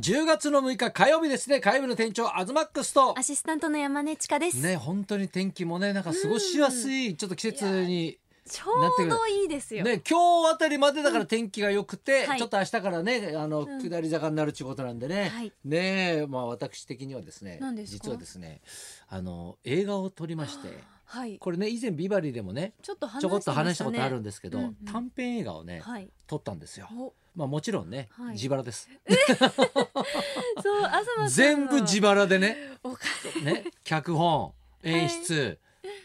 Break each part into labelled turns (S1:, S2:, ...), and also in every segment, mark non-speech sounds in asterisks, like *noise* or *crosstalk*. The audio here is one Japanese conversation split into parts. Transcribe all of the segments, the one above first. S1: 10月の6日火曜日ですね火曜日の店長アズマックスと
S2: アシスタントの山根千佳です。
S1: ね本当に天気もねなんか過ごしやすいちょっと季節に
S2: ちょうどいいですよ。
S1: ね今日あたりまでだから天気が良くて、
S2: はい
S1: ちょっと明日からねあの
S2: ん
S1: 下り坂になるっていうことなんでね、
S2: はい
S1: ねまあ私的にはですね
S2: 何ですか
S1: 実はですねあの映画を撮りまして
S2: はい。
S1: これね以前ビバリーでもね
S2: ちょっと話
S1: ちょこっと話したことあるんで
S2: で
S1: すけど、
S2: うんうん
S1: 短編映画をね、
S2: はい。
S1: 撮ったんですよ。
S2: お
S1: まあもちろんね、
S2: はい
S1: 自腹です。
S2: そう東さんの
S1: 全部自腹でね。
S2: おか
S1: ね、脚本、演出、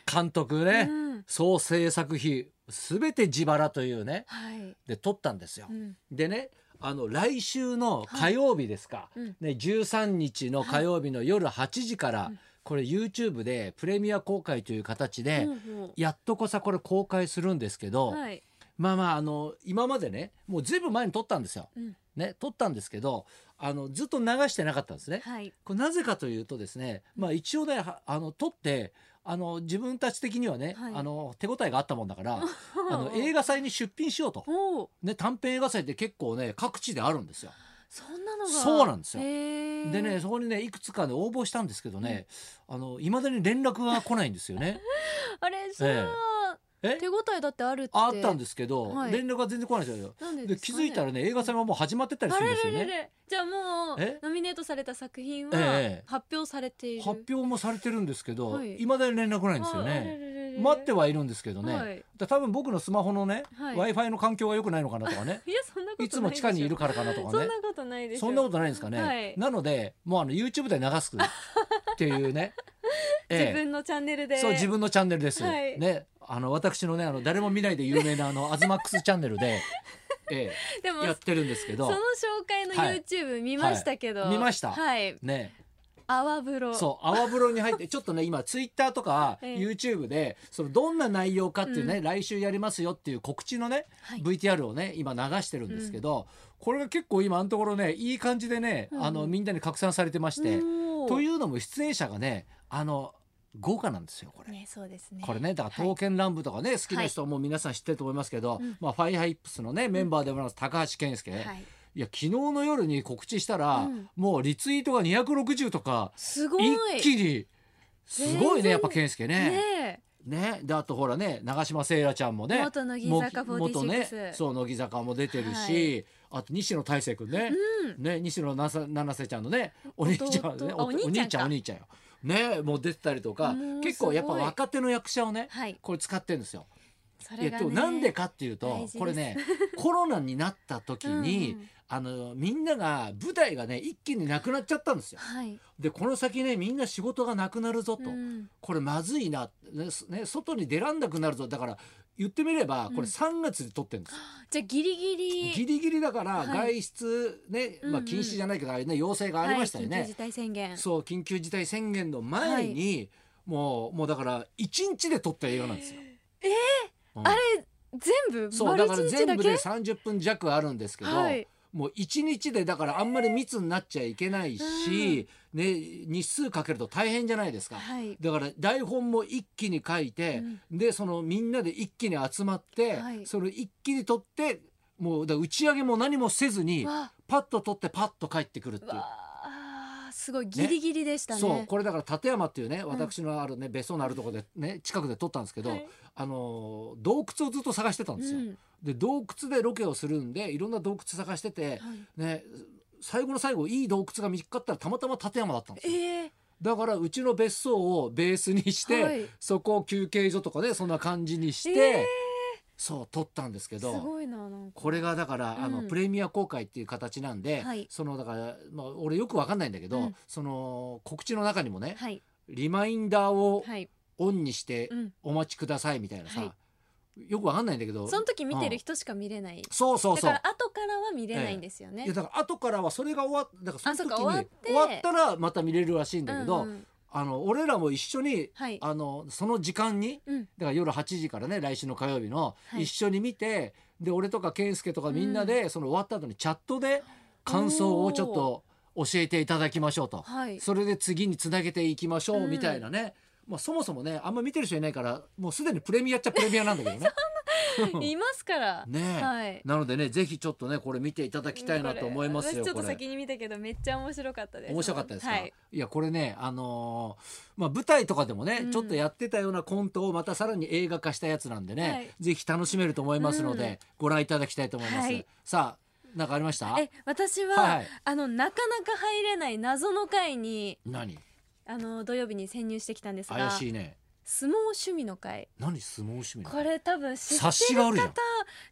S1: 監督ね、
S2: うん
S1: 総制作費、すべて自腹というね、
S2: はい。
S1: で、撮ったんですよ
S2: う。ん
S1: でね、あの、来週の火曜日ですか、
S2: うん
S1: ね、13日の火曜日の夜8時から、
S2: うん
S1: これ YouTube でプレミア公開という形で、
S2: ほうほ
S1: やっとこさこれ公開するんですけど、
S2: うはい。
S1: まあまああの今までねもうずいぶん前に撮ったんですよ、
S2: うん
S1: ね撮ったんですけどあのずっと流してなかったんですね、
S2: はい。
S1: これなぜかというとですね、まあ、一応ねはあの撮ってあの自分たち的にはね、
S2: はい
S1: あの手応えがあったもんだ
S2: *laughs*
S1: からあの映
S2: 画。
S1: 画祭に出品しようと、
S2: おう
S1: ね、短編映画祭って結構ね各地であるんですよ。
S2: そんなのが。
S1: そうなんですよ
S2: へー
S1: でねそこにねいくつかね応募したんですけどねいま、未だに連絡が来ないんです
S2: *laughs*
S1: よね。
S2: あれそれは
S1: え
S2: 手応えだってあるって。
S1: あったんですけど、
S2: はい
S1: 連絡が全然来ないんですよ。
S2: なんで
S1: で
S2: です
S1: 気
S2: か
S1: づ
S2: ね
S1: いたらね映画祭はもう始まってたりするんですよ
S2: あれれ
S1: ね。
S2: れれじゃあも
S1: え
S2: うノミネートされた作品
S1: ええ
S2: は発表されている。
S1: 発表もされてるんですけど、、
S2: はいい
S1: まだに連絡来ないんですよ
S2: ああれ
S1: ね。
S2: れれれ
S1: 待ってはいるんですけどね、
S2: は
S1: だ
S2: い
S1: から多分僕のスマホのね、
S2: はい
S1: w i f i の環境が良くないのかなとかね
S2: いや *laughs* そんなことない
S1: いつも地下にいるか
S2: か
S1: らかなとか
S2: そ
S1: ね
S2: んなことないです
S1: そんなことないんですかね、
S2: はい
S1: なのでもうあの YouTube で流すっていう
S2: *laughs*
S1: ね、
S2: 自
S1: え
S2: 分のチャンネル
S1: え
S2: で。
S1: そう自分のチャンネルです、
S2: はい
S1: ねあの私のねあの誰も見ないで有名なあのアズマックスチャンネル
S2: *laughs*
S1: で、え
S2: でも
S1: え、やってるんですけ
S2: そ
S1: ど
S2: の紹介の
S1: はい
S2: YouTube 見ましたけど、
S1: はい見ました
S2: はい
S1: ね
S2: 泡風呂
S1: そう泡風呂に入ってちょっとね今ツイッターとか
S2: ええ
S1: YouTube でそのどんな内容かっていうね、
S2: う
S1: 来週やりますよっていう告知のね、
S2: はい
S1: VTR をね今流してるんですけど、これが結構今のところねいい感じでね、
S2: うん
S1: あのみんなに拡散されてまして、といううのも出演者がねあの豪華なんですよこれ。
S2: ねそうですね
S1: これねだから刀剣乱舞とかね、好きな人はもう皆さん知ってると思いますけど、
S2: うん
S1: まあ、ファイハイップスのねメンバーでもあります高橋健介、、
S2: はいい、はい
S1: や昨日の夜に告知したら、
S2: うん
S1: もうリツイートが260とか
S2: すごい
S1: 一気にすごい
S2: 全
S1: ね
S2: 然
S1: やっぱ健介ね。
S2: ね
S1: ねであとほらね長嶋聖羅ちゃんも
S2: え
S1: ね
S2: 元乃木
S1: も
S2: 坂46
S1: 元ねそう乃木坂も出てるし、あと西野大成君ね,、
S2: うん
S1: ね西野なさ七瀬ちゃんのねお兄ちゃんね
S2: 弟あお兄ちゃん
S1: お
S2: か
S1: 兄ちゃんよねもう出てたりとか
S2: もう
S1: 結構やっぱ
S2: すごい
S1: 若手の役者をね
S2: はい
S1: これ使ってるんですよ。
S2: そ
S1: い
S2: れ
S1: や
S2: が
S1: で
S2: ね
S1: もなんでかっていうと
S2: 大事です
S1: これ
S2: *laughs*
S1: ねコロナになった時に、
S2: うんうん
S1: あのみんなが舞台がね一気になくなっちゃったんですよ。
S2: はい
S1: でこの先ねみんな仕事がなくなるぞと。
S2: うん
S1: これまずいな、ねすね、外に出らんなくなるぞだから言ってみればこ
S2: う
S1: れ
S2: ん
S1: 3月で撮ってるんですよ、
S2: じゃあギリギリ
S1: ギリギリだから
S2: は
S1: 外
S2: い
S1: 出ね、ま
S2: うんう
S1: あ、
S2: ん
S1: 禁止じゃないけどあれね要請がありましたよね、
S2: はい、緊急事態宣言
S1: そう緊急事態宣言の前に、もうもうだから1日で撮った映画なんですよ。
S2: え
S1: うん
S2: あれ全部
S1: そう
S2: 丸
S1: だ
S2: 一
S1: から
S2: 日
S1: 全
S2: だ
S1: 部で
S2: け
S1: 30分弱あるんですけど、
S2: はい
S1: もう1日でだからあんまり密になっちゃいけないし、ね、日数かけると大変じゃないですか。
S2: はい
S1: だから台本も一気に書いて、でそのみんなで一気に集まって、
S2: はい
S1: それ一気に撮ってもうだから打ち上げも何もせず
S2: うん
S1: に
S2: わ
S1: パッと撮ってパッと帰ってくるっていう。
S2: わあすごいギリギリでしたね
S1: そうこれだから立山っていうね私のあるね、別荘のあるところでね近くで撮ったんですけど、
S2: はい
S1: あのー洞窟をずっと探してたんですよ。
S2: うん
S1: で洞窟でロケをするんでいろんな洞窟探してて、
S2: はい
S1: ね、最後の最後いい洞窟が見つかったらたまたま立山だったんですよ。
S2: ええ
S1: だからうちの別荘をベースにして、
S2: はい
S1: そこを休憩所とかねそんな感じにして、
S2: え
S1: そう撮ったんですけ
S2: す
S1: ど
S2: ごいななんか
S1: これがだから、あの
S2: うん
S1: プレミア公開っていう形なんで、
S2: はい
S1: そのだから、まあ、俺よくわかんないんだけど、
S2: うん
S1: その告知の中にもね、
S2: はい
S1: リマインダーを
S2: はい
S1: オンにして
S2: うん
S1: お待ちくださいみたいなさ、
S2: は
S1: よくわかんないんだけど
S2: その時見てる人しか見れない
S1: そうそうそう
S2: だから後からは見れないんですよね、
S1: いやだから後からはそれが終わっだからその時
S2: あ
S1: に
S2: そうか終わって
S1: 終わったらまた見れるらしいんだけど、
S2: うんうん
S1: あの俺らも一緒に
S2: はい
S1: あのその時間に
S2: うん
S1: だから夜8時からね来週の火曜日の
S2: はい
S1: 一緒に見て、で俺とか健介とかみんなで、その終わった後にチャットで感想をちょっと教えていただきましょうと、
S2: はい
S1: それで次につなげていきましょう
S2: うん *laughs*
S1: みたいなね、まあ、そもそもねあんま見てる人いないからもうすでにプレミアっちゃプレミアなんだけどね
S2: いますから。
S1: ねえ
S2: はい。
S1: なのでねぜひちょっとねこれ見ていただきたいなと思いますよ
S2: 私ちょっ
S1: ことれ。
S2: 先に見たけどめっちゃ面白かったです。
S1: 面白かったですか、
S2: はいい、
S1: やこれねあのーまあ舞台とかでもね、
S2: うん
S1: ちょっとやってたようなコントをまたさらに映画化したやつなんでね、
S2: はい
S1: ぜひ楽しめると思いますので、
S2: うん
S1: ご覧いただきたいと思います、
S2: はい
S1: さあ何かありました
S2: え私は、
S1: はいはい
S2: あのなかなか入れない謎の会に
S1: 何
S2: あの土曜日に潜入してきたんです
S1: 怪
S2: が
S1: しいね
S2: 相撲趣味の会
S1: 何相撲趣味なの
S2: これ多分知って
S1: 察し
S2: る
S1: があ
S2: 方
S1: るじゃん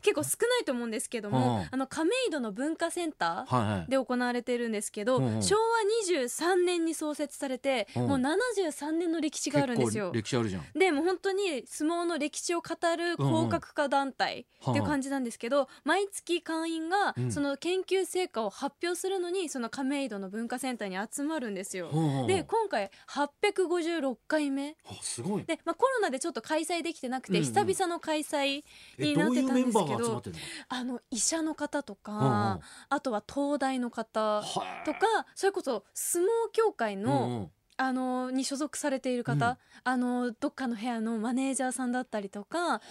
S2: 結構少ないと思うんですけど
S1: う
S2: も、
S1: ん
S2: あの亀戸の文化センター
S1: はいはい
S2: で行われてるんですけど、
S1: うんうん
S2: 昭和23年に創設されて、
S1: うん
S2: もう73年の歴史があるんです
S1: 結
S2: よ
S1: 構。歴史あるじゃん
S2: でもう本当に相撲の歴史を語る
S1: うんうん
S2: 広角化団体っていう感じなんですけど、毎月会員が
S1: うん
S2: その研究成果を発表するのにその亀戸の文化センターに集まるんですよ。
S1: うんうん
S2: で今回856回目
S1: あすごい
S2: で、まあ、コロナでちょっと開催できてなく
S1: うん
S2: て
S1: うん
S2: 久々の開催、
S1: え
S2: にな
S1: ど
S2: っ
S1: うい
S2: て
S1: う
S2: たん
S1: メ
S2: です
S1: ン
S2: け
S1: バー
S2: ど
S1: が集まってるの
S2: あの医者の方とか、
S1: うんうん
S2: あとは東大の方
S1: はあ
S2: とかそれこそ相撲協会の,、
S1: うんうん
S2: あのに所属されている方、
S1: うん
S2: あのどっかの部屋のマネージャーさんだったりとか
S1: は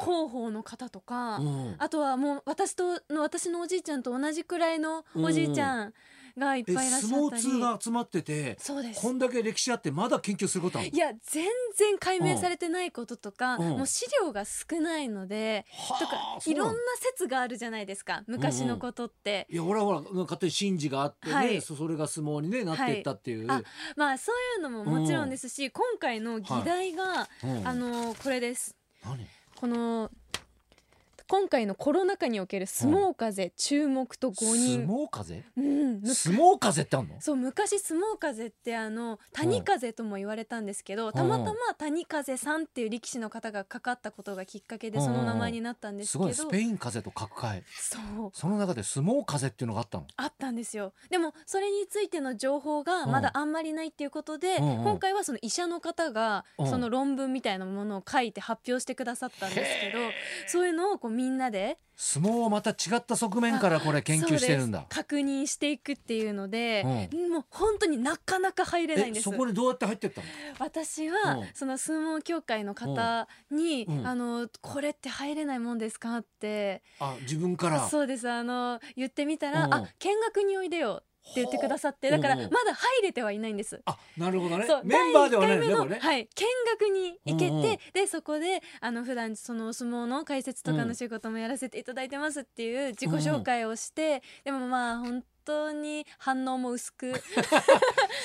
S2: 広報の方と
S1: あ
S2: か、
S1: うんうん
S2: あとはもう私との私のおじいちゃんと同じくらいのおじいちゃんがいっぱい
S1: え
S2: いらっしゃったり、
S1: 相撲通が集まってて
S2: そうです
S1: こんだけ歴史あってまだ研究することあるの
S2: いや全然解明されてないこととか、
S1: うん
S2: もう資料が少ないので、
S1: はあ
S2: とか
S1: そう
S2: い
S1: な
S2: ろ
S1: の
S2: んな説があるじゃないですか昔のことって、
S1: いや俺はほら勝手に神事があってね、
S2: はい
S1: そそれが相撲に、ね、なっていったっていう、
S2: はいまあそういうのももちろんですし、今回の議題が、
S1: うん
S2: あのこれです
S1: 何
S2: この今回のコロナ禍における相撲風、注目と
S1: 相
S2: 誤認、
S1: 撲風
S2: うん、
S1: 相撲風ってあんの
S2: そう昔相撲風ってあの谷風とも言われたんですけど、たまたま谷風さんっていう力士の方がかかったことがきっかけで
S1: うん
S2: その名前になったんです
S1: す
S2: けど、
S1: ごいスペイン風邪と角界
S2: そう
S1: その中で相撲風邪っていうのがあったの
S2: あったんですよでもそれについての情報がまだあんまりないっていうことで、
S1: うんうん
S2: 今回はその医者の方が
S1: うん
S2: その論文みたいなものを書いて発表してくださったんですけど、そういうのをこうみんなで
S1: 相撲をまた違った側面からこれ研究してるんだ
S2: そうです確認していくっていうので、
S1: う
S2: もう本当になかなか入れないん
S1: え
S2: です
S1: そこにどうやって入ってったの
S2: 私は、
S1: うん
S2: その相撲協会の方に、
S1: うん
S2: あのこれって入れないもんですかって、
S1: あ自分から
S2: そうですあの言ってみたら、
S1: うん
S2: あ見学においでよって言ってくださってだから
S1: うんう
S2: ま
S1: ん
S2: だ入れてはいないんです。
S1: あなるほどね
S2: そう
S1: メンバーではないのねこ
S2: 第一回目
S1: れ
S2: の
S1: ね
S2: はい、見学に行けて、
S1: うんうん
S2: でそこであの普段そのお相撲の解説とかの仕事もやらせていただいてますっていう自己紹介をして、でもまあ本当に反応も薄く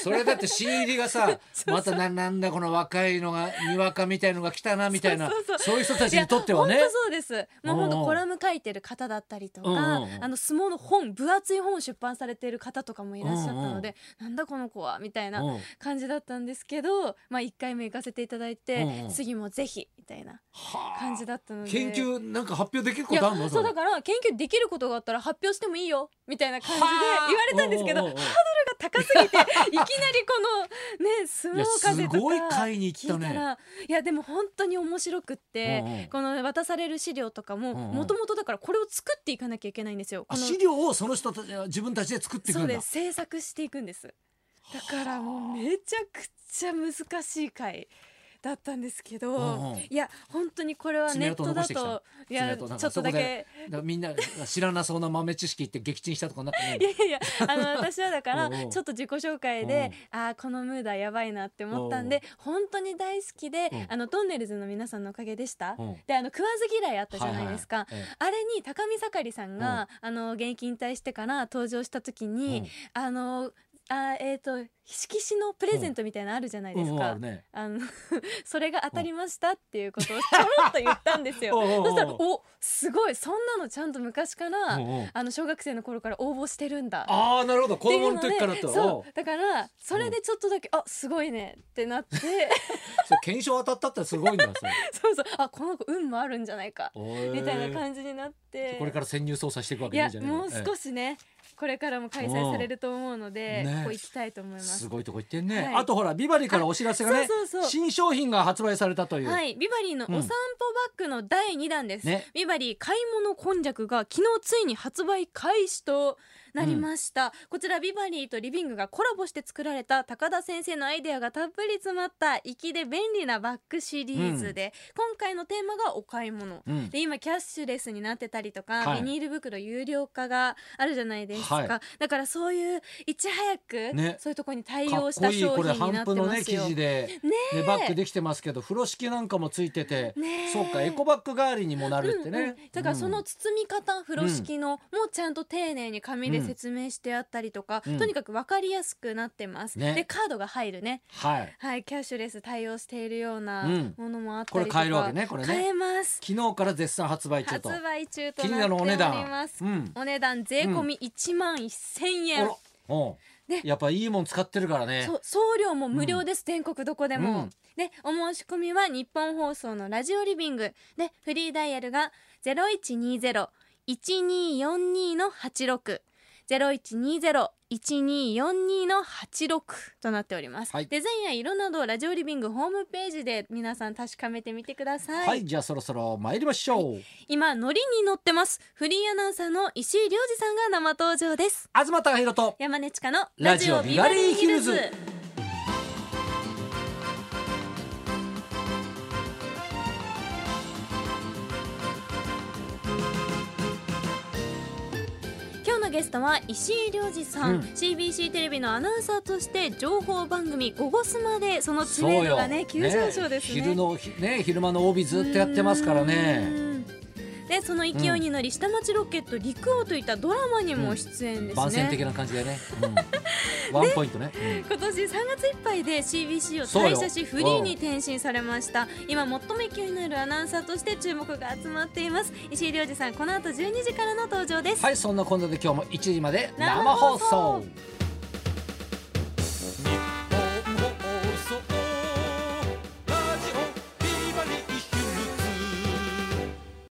S1: それだって新入りが
S2: *laughs*
S1: さ *laughs* またななんだこの若いのがにわかみたいのが来たなみたいな
S2: そうそう
S1: そういう人たちにとってはね
S2: いや本当そうですもう本
S1: うんう
S2: 当
S1: ん
S2: コラム書いてる方だったりとか、
S1: うんうんうん
S2: あの相撲の本分厚い本を出版されてる方とかもいらっしゃったので、なんだこの子はみたいな
S1: うん
S2: 感じだったんですけど、まあ、1回目行かせていただいて、
S1: うんうん
S2: 次もぜひみたいな
S1: はあ
S2: 感じだったので
S1: 研究なんか発表できる
S2: い
S1: こ
S2: や
S1: とあるの
S2: そうだ
S1: れ
S2: から研究できることがあったら発表してもいいよみたいな感じで
S1: はあ
S2: 言われたんですけど
S1: おう
S2: ハ
S1: おう
S2: ードル
S1: おう
S2: が高すぎていきなりこのね
S1: *laughs*
S2: 相
S1: いや
S2: 撲風
S1: す
S2: とか
S1: ごい会に行った
S2: 聞いた
S1: ね。
S2: らいやでも本当に面白くって
S1: うんうん
S2: この渡される資料とかも
S1: うんうん
S2: もともとだからこれを作っていかなきゃいけないんですよ。
S1: あ
S2: この
S1: 資料をその人たち自分たちで作っていく
S2: そうんで
S1: だ。
S2: す制作していくんですだからもうめちゃくちゃ難しい回だったんですけど、
S1: うんうん
S2: いや本当にこれはネットだ
S1: 爪痕残
S2: とい
S1: 爪
S2: やち
S1: 痕
S2: ょ
S1: なん
S2: っ
S1: か
S2: とだけ
S1: だからみんな知らなそうな豆知識って撃沈したとかなんかね
S2: いやいやいや
S1: *laughs*
S2: あの私はだか
S1: う
S2: ら
S1: んうん
S2: ちょっと自己紹介であーこのムードはやばいなって思ったんで本当に大好きで
S1: うん
S2: あのトンネルズの皆さんのおかげでした
S1: うん
S2: であの食わず嫌いあったじゃないですか
S1: は。いはいえ
S2: あれに高見盛りさんが、あの現役引退してから登場した時
S1: え
S2: に、あのあえっ、と色紙のプレゼントみたいなのあるじゃない
S1: うん
S2: で
S1: う
S2: す
S1: んあ
S2: か、
S1: るね。
S2: あの *laughs* それが当たりましたっていうことをちょろっと言ったんですよ
S1: おうおうおう
S2: そしたらおすごいそんなのちゃんと昔から、
S1: うんうん
S2: あの小学生の頃から応募してるんだっ
S1: ああなるほど子
S2: てい
S1: 供
S2: う
S1: の
S2: ので
S1: 時からと。お
S2: そううだからそれでちょっとだけ、あすごいねってなって *laughs*
S1: それ検証当たったってすごいんだ。それ
S2: そうそうあこの子運もあるんじゃないかみたいな
S1: へ
S2: 感じになって
S1: えこれから潜入捜査していくわ
S2: い
S1: けね
S2: や
S1: じゃねえ
S2: もう
S1: ええ
S2: 少しね、これからも開催されると思うので、
S1: うんね
S2: こう行きたいと思いますす。
S1: ごいとこ行ってんね、
S2: はい
S1: あとほらビバリーからお知らせがね
S2: あそうそうそう
S1: 新商品が発売されたという、
S2: はい、ビバリーのお散歩バッグの第2弾です。
S1: ね
S2: ビバリー買い物こんにゃくが昨日ついに発売開始となりました、こちらビバリーとリビングがコラボして作られた高田先生のアイデアがたっぷり詰まった粋で便利なバッグシリーズで、今回のテーマがお買い物
S1: うん
S2: で今キャッシュレスになってたりとか、
S1: はい
S2: ビニール袋有料化があるじゃないですか、
S1: はい
S2: だからそういういち早く、
S1: ね
S2: そういうところに対
S1: か
S2: 応
S1: っ
S2: し
S1: こ
S2: た
S1: いい
S2: 商
S1: これ
S2: 品にな
S1: 半
S2: って
S1: 分の
S2: ま
S1: ね
S2: す
S1: 生
S2: よ。
S1: 地で、
S2: ね
S1: ね、バッグできてますけど風呂敷なんかもついてて、
S2: ねえ
S1: そうかエコバッグ代わりにもなるってね、
S2: うんうんだからその包み方、風呂敷のもちゃんと丁寧に紙で
S1: うん
S2: 説明してあったりとか、
S1: うん
S2: とにかく分かりやすくなってます、
S1: ね
S2: でカードが入るね
S1: はい
S2: はいキャッシュレス対応しているような
S1: うん
S2: ものもあった
S1: こ
S2: り
S1: れ
S2: とか、
S1: 買えるわけねこれ
S2: 買
S1: ね
S2: えます
S1: 昨日から絶賛発売中
S2: 発
S1: と
S2: 売中と
S1: 気に
S2: な
S1: なる
S2: ってお
S1: お値
S2: り
S1: 段
S2: ます
S1: うん
S2: お値段税込み1万1000
S1: あ
S2: 円、
S1: らおう
S2: ね
S1: やっぱいいもん使ってるからね
S2: そう送料も無料です、全国どこでも、
S1: うん
S2: でお申し込みは日本放送のラジオリビングでフリーダイヤルが0120-1242の86 0120-1242の86となっております、
S1: はい
S2: デザインや色などラジオリビングホームページで皆さん確かめてみてください、
S1: はいじゃあそろそろ参りましょう、
S2: 今ノリに乗ってますフリーアナウンサーの石井亮次さんが生登場です
S1: 東貴博と
S2: 山根千佳の
S1: ラジオビバリーヒルズ
S2: ラジオビバリーヒ今日のゲストは石井亮次さん、
S1: うん
S2: CBC テレビのアナウンサーとして情報番組「ゴゴスマ」でその知名度がね急上昇ですね
S1: 昼のひね昼間の帯ずっとやってますから
S2: う
S1: ね
S2: んでその勢いに乗り、下町ロケット陸王といったドラマにも出演ですね、
S1: 番宣的な感じで
S2: *laughs*
S1: ね、うんワンポイントねうん
S2: 今年3月いっぱいで CBC を
S1: そう
S2: 退
S1: よ
S2: 社しフリーに転身されました今最も勢いのあるアナウンサーとして注目が集まっています石井亮次さんこの後12時からの登場です、
S1: はいそんなこんなで今日も1時まで生
S2: 生
S1: 放
S2: 放送
S1: 送